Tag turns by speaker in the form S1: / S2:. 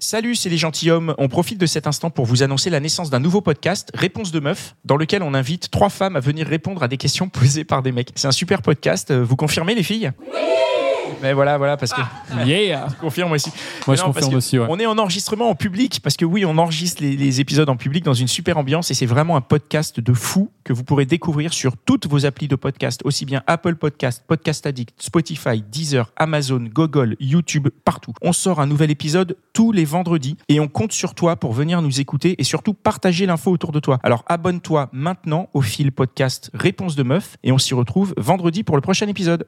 S1: Salut, c'est les gentilshommes. On profite de cet instant pour vous annoncer la naissance d'un nouveau podcast, Réponse de Meuf, dans lequel on invite trois femmes à venir répondre à des questions posées par des mecs. C'est un super podcast. Euh, Vous confirmez, les filles Oui Mais voilà, voilà, parce que.
S2: Yeah
S1: Je confirme aussi. Mais
S2: Moi, je
S1: non, parce
S2: confirme
S1: que
S2: aussi, ouais.
S1: On est en enregistrement en public parce que oui, on enregistre les, les épisodes en public dans une super ambiance et c'est vraiment un podcast de fou que vous pourrez découvrir sur toutes vos applis de podcast, aussi bien Apple Podcast, Podcast Addict, Spotify, Deezer, Amazon, Google, YouTube, partout. On sort un nouvel épisode tous les vendredis et on compte sur toi pour venir nous écouter et surtout partager l'info autour de toi. Alors abonne-toi maintenant au fil podcast Réponse de Meuf et on s'y retrouve vendredi pour le prochain épisode.